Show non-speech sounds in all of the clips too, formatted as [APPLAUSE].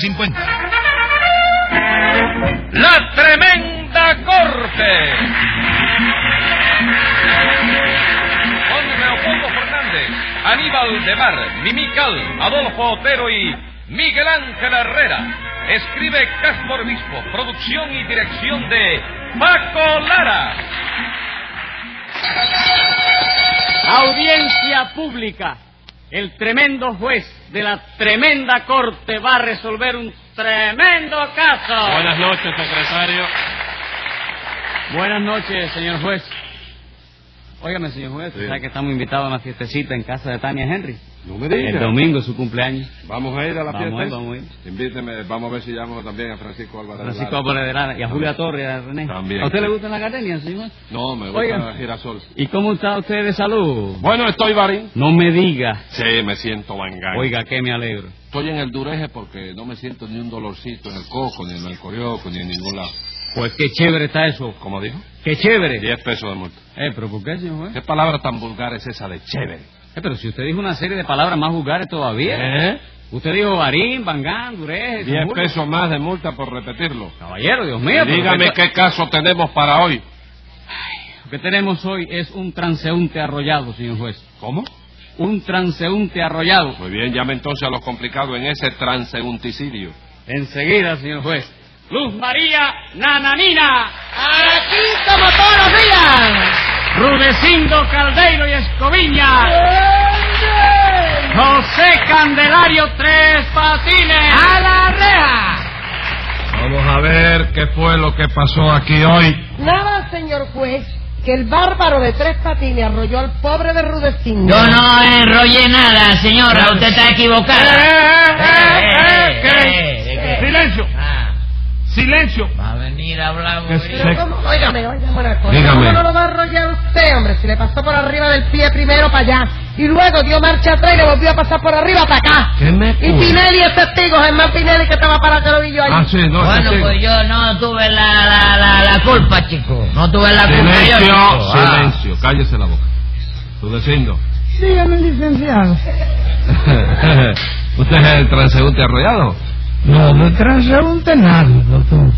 12.50. La Tremenda Corte. Con Leopoldo Fernández, Aníbal de Mar, Mimical, Adolfo Otero y Miguel Ángel Herrera. Escribe Castro Obispo, producción y dirección de Paco Lara. Audiencia pública. El tremendo juez de la tremenda corte va a resolver un tremendo caso. Buenas noches, secretario. Buenas noches, señor juez. Óigame, señor juez, Sí. ¿sabe que estamos invitados a una fiestecita en casa de Tania Henry? No me El digas. domingo es su cumpleaños. Vamos a ir a la Vamos fiesta. a ir, esa? vamos a ir. Invíteme, vamos a ver si llamo también a Francisco Álvarez. Francisco Lara. Álvarez de Lara y a Julia Torres y a René. También. ¿A usted le gustan las gardenias, señor juez? No, me gusta Oiga. girasol. ¿Y cómo está usted de salud? Bueno, estoy varín. No me diga. Sí, me siento mangán. Oiga, que me alegro. Estoy en el dureje porque no me siento ni un dolorcito en el coco, ni en el corioco, ni en ningún lado. Pues qué chévere está eso. Como dijo, Qué chévere. 10 pesos de multa. Eh, pero ¿por qué, señor juez? ¿Qué palabra tan vulgar es esa de chévere? Eh, pero si usted dijo una serie de palabras más vulgares todavía. ¿Eh? Usted dijo barín, bangán, dureje, 10 zambullo. pesos más de multa por repetirlo. Caballero, Dios mío. pero Dígame usted- qué caso tenemos para hoy. Lo que tenemos hoy es un transeúnte arrollado, señor juez. ¿Cómo? Un transeúnte arrollado. Muy bien, llame entonces a los complicados en ese transeúnticidio. Enseguida, señor juez. Luz María Nananina. Aquí como todos los días. Rudecindo Caldeiro y Escoviña. José Candelario Tres Patines. A la reja. Vamos a ver qué fue lo que pasó aquí hoy. Nada, señor juez, que el bárbaro de tres patines arrolló al pobre de Rudecindo. Yo no enrollé nada, señora. Usted está equivocada. Eh, eh, eh, eh, ¡Silencio! ah, ¡Silencio! Va a venir a hablar. Que güey. se- ¿Cómo? Óigame, óigame una cosa. Dígame. ¿Cómo no lo va a arrollar usted, hombre? Si le pasó por arriba del pie primero para allá y luego dio marcha atrás y le volvió a pasar por arriba para acá. ¿Qué me Y Pinelli es testigo, Germán Pinelli, que estaba para que lo vi yo allí. Ah, sí, no, Bueno, ese sí. pues yo no tuve la, la, la, la culpa, chico. No tuve la culpa. yo, Silencio, chico. Ah. silencio, cállese la boca. Rudecindo. Dígame, [LAUGHS] licenciado. ¿Usted es el transeúnte arrollado? No, de transeúnte nada, doctor.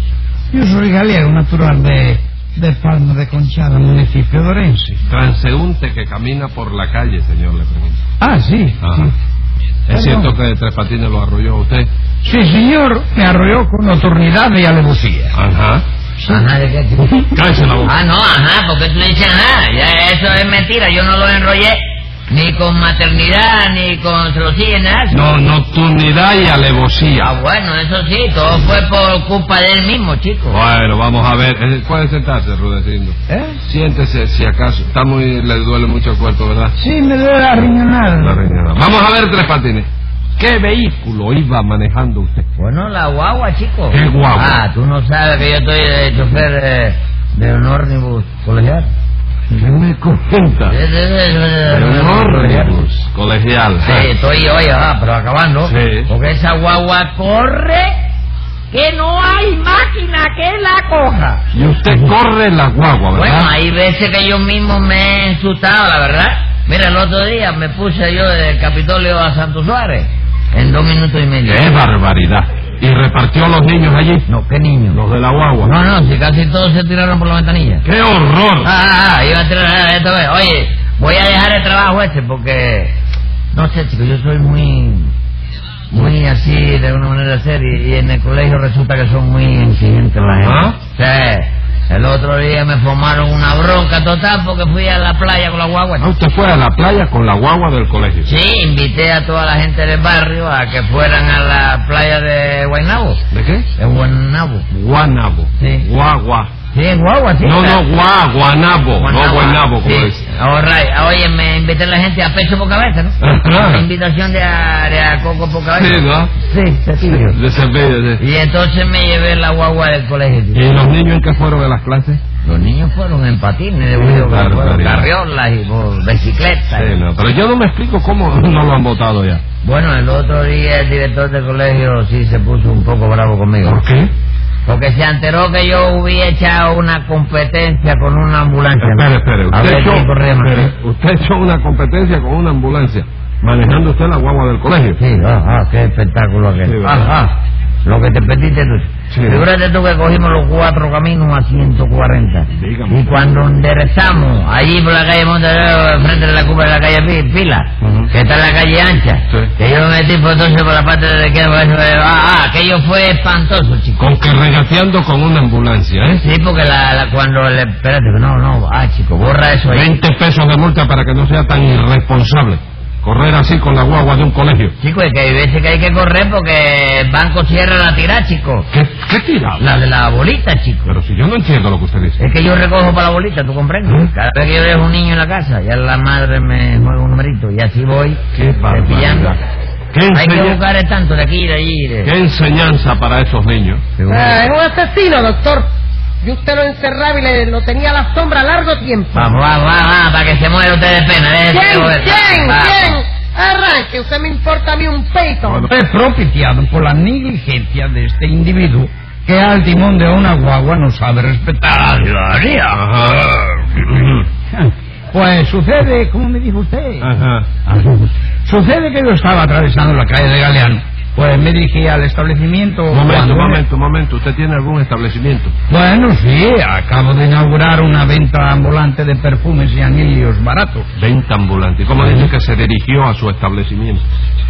Yo soy galego natural de, de Palma de Conchada, municipio de Orense. Transeúnte que camina por la calle, señor, le pregunto. Ah, sí. Ajá. ¿Es Perdón. cierto que Tres Patines lo arrolló a usted? Sí, señor, me arrolló con nocturnidad y alevosía. Ajá. Ajá, ¿de qué, chico? Cállese la boca. Ah, no, ajá, porque tú le dices ajá. Ya eso es mentira. Yo no lo enrollé ni con maternidad, ni con trocilla, nada. No, nocturnidad y Ah, alevosía. bueno, eso sí, todo fue por culpa de él mismo, chico. Bueno, vamos a ver. Eh, Puede sentarse, Rudecindo. ¿Eh? Siéntese, si acaso. Está muy... Le duele mucho el cuerpo, ¿verdad? Sí, me duele la La riñonada. riñonada. Vamos a ver, Tres Patines. ¿Qué vehículo iba manejando usted? Bueno, la guagua, chico. ¿Qué guagua? Ah, tú no sabes que yo estoy de chofer eh, de un ómnibus colegial. No me comenta. De- de- de- de- de- Enormes. Colegial. Sí, estoy hoy, ah, pero acabando. Sí. Porque esa guagua corre que no hay máquina que la coja. Y usted corre la guagua, ¿verdad? Bueno, hay veces que yo mismo me he insultado, la verdad. Mira, el otro día me puse yo del Capitolio a Santo Suárez en dos minutos y medio. ¡Qué barbaridad! ¿Y repartió los niños allí? No, ¿qué niño? Los de la guagua. No, no, si casi todos se tiraron por la ventanilla. ¡Qué horror! Ah, ah, ah, iba a tirar esta vez. Oye, voy a dejar el trabajo ese porque... No sé, chico, yo soy muy... Muy así, de una manera de ser, y, y en el colegio resulta que son muy exigentes la ¿Ah? gente. Sí. El otro día me formaron una bronca total porque fui a la playa con la guagua. Ah, usted fue a la playa con la guagua del colegio. Sí, invité a toda la gente del barrio a que fueran a la playa de Guaynabo. ¿De qué? De Guaynabo. Guanabo. Sí. Guagua. Sí, en guagua, sí. No, la- no, guá, guanabo. No, guanabo, como Sí. dice. All right. Ah, Oye, me invité a la gente a peso por cabeza, ¿no? Ajá. Invitación de a, de a coco por cabeza. Ah, Sí, ¿no? Sí, te pillo. De Sevilla, sí. Y entonces me llevé la guagua del colegio. tío. ¿Y los niños en qué fueron de las clases? Los niños fueron en patines, de vuelo, barbaridad. por carriolas y por bicicletas. Sí, no. Pero yo no me explico cómo [LAUGHS] no lo han votado ya. Bueno, el otro día el director del colegio sí se puso un poco bravo conmigo. ¿Por qué? Porque se enteró que yo hubiera echado una competencia con una ambulancia. ¿no? Espere, espere. A Usted ver quién corría más. echó, usted echó una competencia con una ambulancia, manejando usted la guagua del colegio. Sí, ah, ah, qué espectáculo aquel. Sí, ¿verdad? Ajá. Lo que te pediste tú. Sí. Figúrate tú que cogimos los cuatro caminos a 140. Dígame. Y cuando enderezamos, allí por la calle Monterrey, frente de la curva de la calle Pi- Pila, Ujú. que está en la calle ancha, Sí. que yo me metí por entonces por la parte de que ah, ah, aquello fue espantoso, chico. Con que regateando con una ambulancia, ¿eh? Sí, porque la, la- cuando le, espérate, no, no, ah, chico, borra eso ahí. 20 pesos de multa para que no sea tan irresponsable. Correr así con la guagua de un colegio. Chico, es que hay veces que hay que correr porque el banco cierra la tira, chico. ¿Qué, qué tirado? La de la bolita, chico. Pero si yo no entiendo lo que usted dice. Es que yo recojo para la bolita, ¿tú comprendes? ¿Mm? Cada vez que yo dejo un niño en la casa, ya la madre me mueve un numerito y así voy Qué eh, pillando. barbaridad. ¿Qué, Hay que enseña- buscar el tanto de aquí y de allí. de- qué enseñanza para esos niños? Seguro. Ah, es un asesino, doctor. Yo usted lo encerraba y le, lo tenía a la sombra largo tiempo. Vamos, vamos, vamos, vamos, para que se muera usted de pena. déjese ¿Quién? de joder. ¿Quién? Vamos. ¿Quién? Arranque, usted me importa a mí un peito. Fue propiciado por la negligencia de este individuo que al timón de una guagua no sabe respetar a la ciudadanía. [LAUGHS] Pues sucede, ¿cómo me dijo usted? Ajá. Sucede que yo estaba atravesando la calle de Galeano. Pues me dirigí al establecimiento. Momento, cuando- momento, momento. ¿Usted tiene algún establecimiento? Bueno, sí, acabo de inaugurar una venta ambulante de perfumes y anillos baratos. Venta ambulante. ¿Cómo dice que se dirigió a su establecimiento?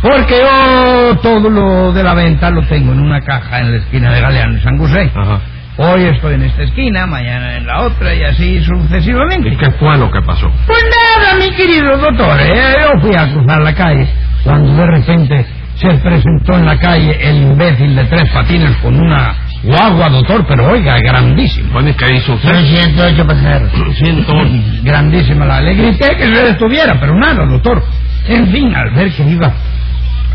Porque yo todo lo de la venta lo tengo en una caja en la esquina de Galeano y San José. Ajá. Hoy estoy en esta esquina, mañana en la otra y así sucesivamente. ¿Y qué fue lo que pasó? Pues nada, mi querido doctor, eh, yo fui a cruzar la calle cuando de repente se presentó en la calle el imbécil de tres patines con una guagua, doctor, pero oiga, grandísima. Bueno, ¿y qué hizo usted? 308 pasajeros. Siento. Grandísima la alegría. Grité que yo estuviera, pero nada, doctor. En fin, al ver que iba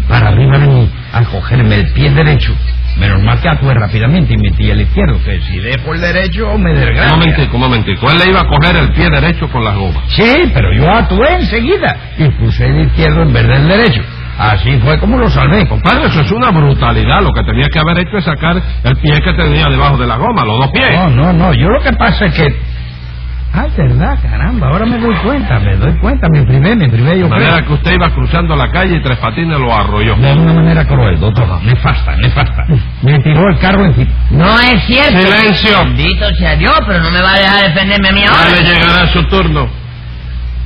para arriba de mí, al cogerme el pie derecho, menos mal que actué rápidamente y metí el izquierdo, que si dejo el derecho me Un desgracia. momentico, un momentico. Él le iba a coger el pie derecho con las gomas. Sí, pero yo actué enseguida y puse el izquierdo en vez del derecho. Así fue como lo salvé, compadre. Compadre, eso es una brutalidad. Lo que tenía que haber hecho es sacar el pie que tenía debajo de la goma, los dos pies. No, no, no. Yo lo que pasa es que. Ah, es verdad, caramba. Ahora me doy cuenta, me doy cuenta. Me privé, me privé yo. De manera creo. que usted iba cruzando la calle y Tres Patines lo arrolló. De una manera cruel, doctor. Nefasta, nefasta. Me tiró el cargo encima. No es cierto. ¡Silencio! Bendito sea Dios, pero no me va a dejar defenderme a mí Ya ahora. le llegará su turno.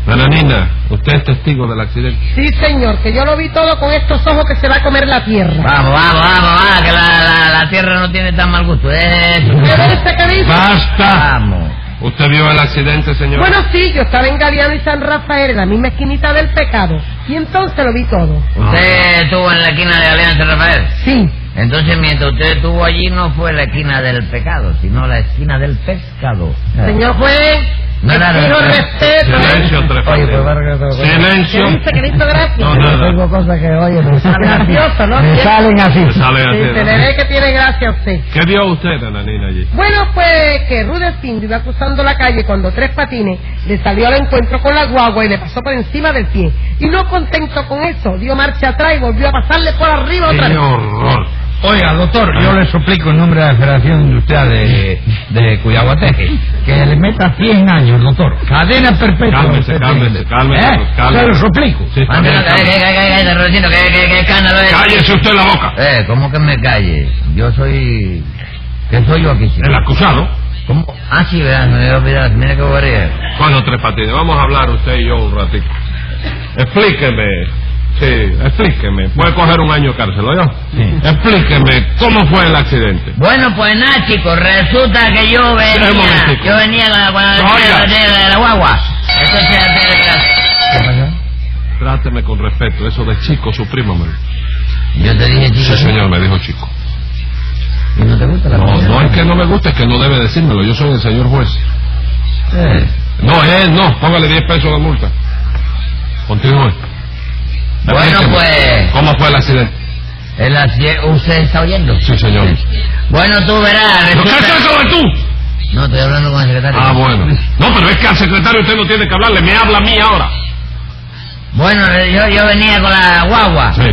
Nananina, usted es testigo del accidente. Sí, señor, que yo lo vi todo con estos ojos que se va a comer la tierra. Vamos, vamos, vamos, vamos, que la, la- la tierra no tiene tan mal gusto. Eso. ¿Qué dice? ¿Qué dice? ¡Basta! Vamos. ¿Usted vio el accidente, señor? Bueno, sí, yo estaba en Galeano y San Rafael, en la misma esquinita del pecado. Y entonces lo vi todo. Usted estuvo en la esquina de Alianza Rafael. Sí. Entonces, mientras usted estuvo allí, no fue la esquina del pecado, sino la esquina del pescado. Señor juez, No, no, no, pido no. respeto. Silencio, Tres Oye, Patines. pero Vargas, pero- ¿Qué ¡Silencio! dice que le hizo No, gracia? nada. cosas que, oye, me Gracioso, ¿no? Me salen así. Se sale Sí, así, se le ¿no? ve que tiene gracia a usted. ¿Qué vio usted, Nananina, allí? Bueno, pues que Rudecindo iba cruzando la calle cuando tres patines le salió al encuentro con la guagua y le pasó por encima del pie. Y no contento con eso, dio marcha atrás y volvió a pasarle por arriba otra ¡Qué vez. horror! Oiga, doctor, yo le suplico en nombre de la Federación Industrial de, de Cuyahuateque que le meta 100 años, doctor. Cadena perpetua. Cálmese, Usted cálmese, tiene. cálmese, pues, ¿Eh? cálmese. Se lo suplico. Sí, está bien, cálmese. ¿Qué escándalo es? ¡Cállese usted la boca! Eh, ¿cómo que me calle? Yo soy... ¿Qué soy yo aquí? chico? El acusado. ¿Cómo? Ah, sí, verdad, me voy a olvidar. Mira qué guarría. Bueno, Tres Patines, vamos a hablar usted y yo un ratito. Explíqueme. Sí, explíqueme. Puede coger un año de cárcel, ¿oyó? Sí. Explíqueme, ¿cómo fue el accidente? Bueno, pues nada, chicos, resulta que yo Espera un venía, momentico. yo venía con la, con la- Oiga. con la- de la guagua. Entonces, ¿qué pasó? Tráteme con respeto, eso de chico, suprímamelo. Yo te dije, Sí, chico, señor, me dijo chico. ¿y no te gusta la No, comida? no es que no me guste, es que no debe decírmelo. Yo soy el señor juez. Eh, No, él no. Póngale 10 pesos de multa. Continúe. Bueno, Explíqueme, pues. ¿Cómo fue el accidente? el asie- ¿Usted está oyendo? Sí, señor. Bueno, tú verás. ¿Pero resulta- qué es eso de tú? No, estoy hablando con el secretario. Ah, bueno. No, pero es que al secretario usted no tiene que hablarle. Me habla a mí ahora. Bueno, yo, yo venía con la guagua Sí.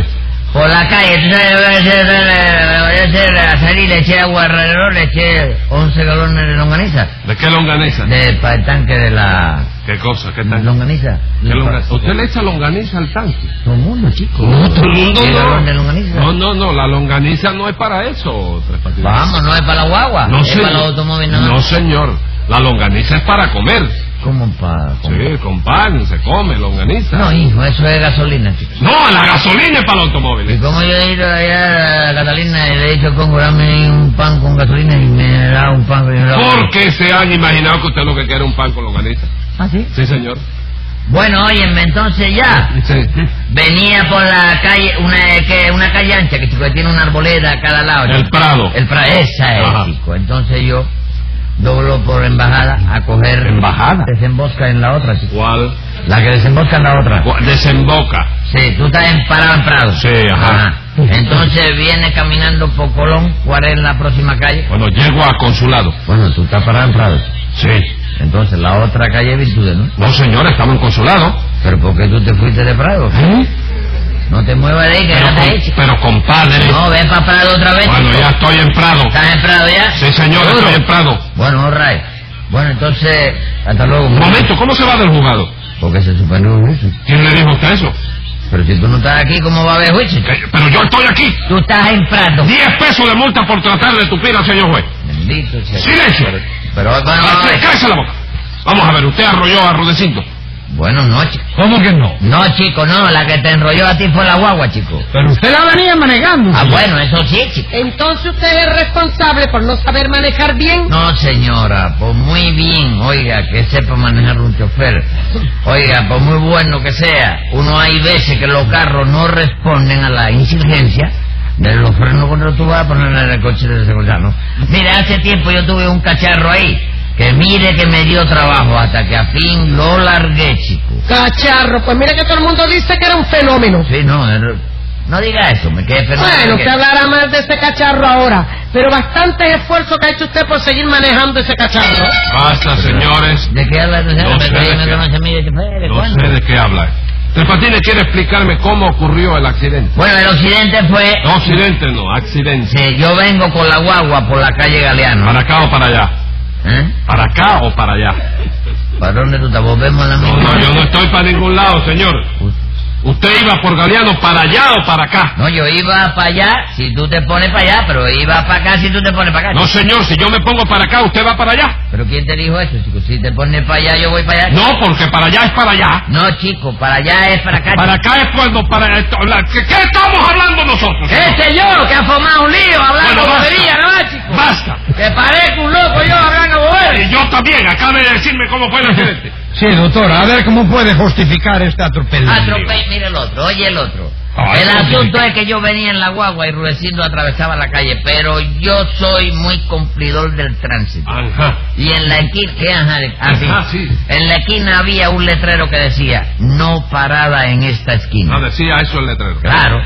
por la calle. Tú sabes, yo, yo- yo- yo- vez de hacer azarí le eché agua alrededor, le eché 11 galones de longaniza. ¿De qué longaniza? De, para el tanque de la... ¿Qué cosa? ¿Qué tal? ¿Longaniza? ¿Qué longaniza? ¿Usted le echa longaniza al tanque? Todo el mundo, chico. No, todo el mundo ¿Y no. galón de longaniza? No, no, no, la longaniza no es para eso, Tres Patines. Vamos, no es para la guagua. No, es señor. para los automóviles nada No, más. señor. La longaniza es para comer. ¿Cómo para...? Sí, con pan se come longaniza. No, hijo, eso es gasolina, chico. No, la gasolina es para los Y automóviles. como yo he ido allá a Catalina y le he dicho, Congo, dame un pan con gasolina y me da un pan con ¿Por qué se han imaginado que usted lo que quiere es un pan con longaniza? ¿Ah, sí? Sí, señor. Bueno, óyeme, entonces ya. Venía por la calle, una, eh, que, una calle ancha que, chico, que tiene una arboleda a cada lado. El chico. Prado. El pra- esa es, Ajá. chico. Entonces yo doblo por embajada a coger... ¿Embajada? Desemboca en la otra, chico. ¿Cuál? La que desemboca en la otra. Cu- Desemboca. Sí, tú estás en parado en Prado. Sí, ajá. Entonces viene caminando por Colón, ¿cuál es la próxima calle? Cuando llego a consulado. Bueno, tú estás parado en Prado. Sí. Entonces la otra calle es Virtudes, ¿no? No, señor, estamos en consulado. Pero ¿por qué tú te fuiste de Prado? ¿Eh? No te muevas de ahí, que Pero, no ahí, com- chico. pero compadre. No, ve para Prado otra vez. Bueno, chico. ya estoy en Prado. ¿Estás en Prado ya? Sí, señor, ¿Seguro? estoy en Prado. Bueno, all right. Bueno, entonces, hasta luego. Un momento, ¿cómo se va del juzgado? Porque se supone un juicio. ¿Quién le dijo a usted eso? Pero si tú no estás aquí, ¿cómo va a haber juicio? Que- Pero yo estoy aquí. Tú estás en Prado. 10 pesos de multa por tratar de tupir al señor juez. Bendito sea. Silencio. Pero bueno, García, cállese la boca. Vamos a ver, usted arrolló a Rudecindo. Buenas noches. ¿Cómo que no? No, chico, no, la que te enrolló a ti fue la guagua, chico. Pero usted la venía manejando. Ah, señor. bueno, eso sí, chico. Entonces usted es responsable por no saber manejar bien. No, señora, pues muy bien, oiga, que sepa manejar un chofer. Oiga, por muy bueno que sea, uno hay veces que los carros no responden a la insurgencia de los frenos cuando tú vas a poner en el coche de seguridad, ¿no? Mira, hace tiempo yo tuve un cacharro ahí, que mire que me dio trabajo hasta que a fin lo largué, chico. Cacharro, pues mira que todo el mundo dice que era un fenómeno. Sí, no, er- no diga eso, me quedé perdido. Bueno, que hablará más de ese cacharro ahora, pero bastante esfuerzo que ha hecho usted por seguir manejando ese cacharro. Basta, señores. ¿De qué habla? No No sé de me qué- conoce a mí de chofer, No ¿cuándo? sé de qué habla. Tres Patines quiere explicarme cómo ocurrió el accidente. Bueno, el occidente fue... No, accidente no, accidente. Sí, yo vengo con la guagua por la calle Galeano. ¿Para acá o para allá? ¿Eh? ¿Para acá o para allá? ¿Para dónde tú te volvemos a la No, misma? no, yo no estoy para ningún lado, señor. ¿Usted iba por Galeano para allá o para acá? No, yo iba para allá si tú te pones para allá, pero iba para acá si tú te pones para acá. No, señor, si yo me pongo para acá, ¿usted va para allá? ¿Pero quién te dijo eso, chico? Si te pones para allá, yo voy para allá. No, porque para allá es para allá. No, chico, para allá es para acá. Para chico. acá es cuando para... esto- la- ¿Qué qué estamos hablando nosotros? ¿Eh? Este yo, que ha formado un lío hablando Bueno, basta. bobería, ¿no es, chico? Basta. Que parezco un loco yo hablando bobería. Y yo también, acabe de decirme cómo fue el accidente. Sí, doctor, a ver cómo puede justificar este atropello. Atropé, mira el otro, oye el otro. Ah, el eso sí. asunto es que yo venía en la guagua y Rudecindo atravesaba la calle, pero yo soy muy cumplidor del [LAUGHS] tránsito. Ajá. Y en la esquina, ¿qué? Ajá, de- ah, sí. Ajá, sí. En la esquina había un letrero que decía, no parada en esta esquina. No decía eso el letrero. Claro.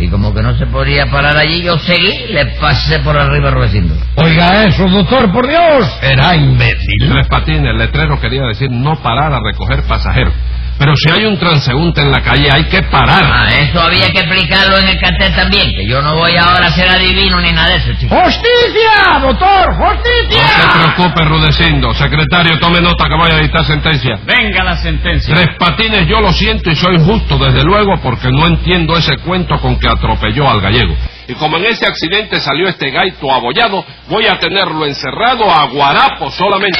Y como que no se podía parar allí, yo seguí, le pasé por arriba a Rudecindo. Oiga eso, doctor, por Dios. Era imbécil. Tres patines, el letrero quería decir no parar a recoger pasajeros. Pero si hay un transeúnte en la calle, hay que parar. Ah, eso había que explicarlo en el cartel también, que yo no voy ahora a ser adivino ni nada de eso, chico. ¡Justicia, doctor! No ¡Justicia! se preocupe, Rudecindo. Secretario, tome nota que vaya a dictar sentencia. Venga la sentencia. Tres patines, yo lo siento y soy justo, desde luego, porque no entiendo ese cuento con que atropelló al gallego. Y como en ese accidente salió este gaito abollado, voy a tenerlo encerrado a guarapo solamente.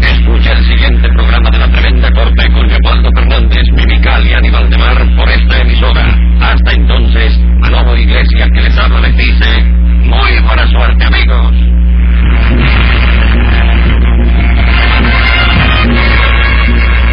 Escucha el siguiente programa de La Tremenda Corte con Leopoldo Fernández, Mimical,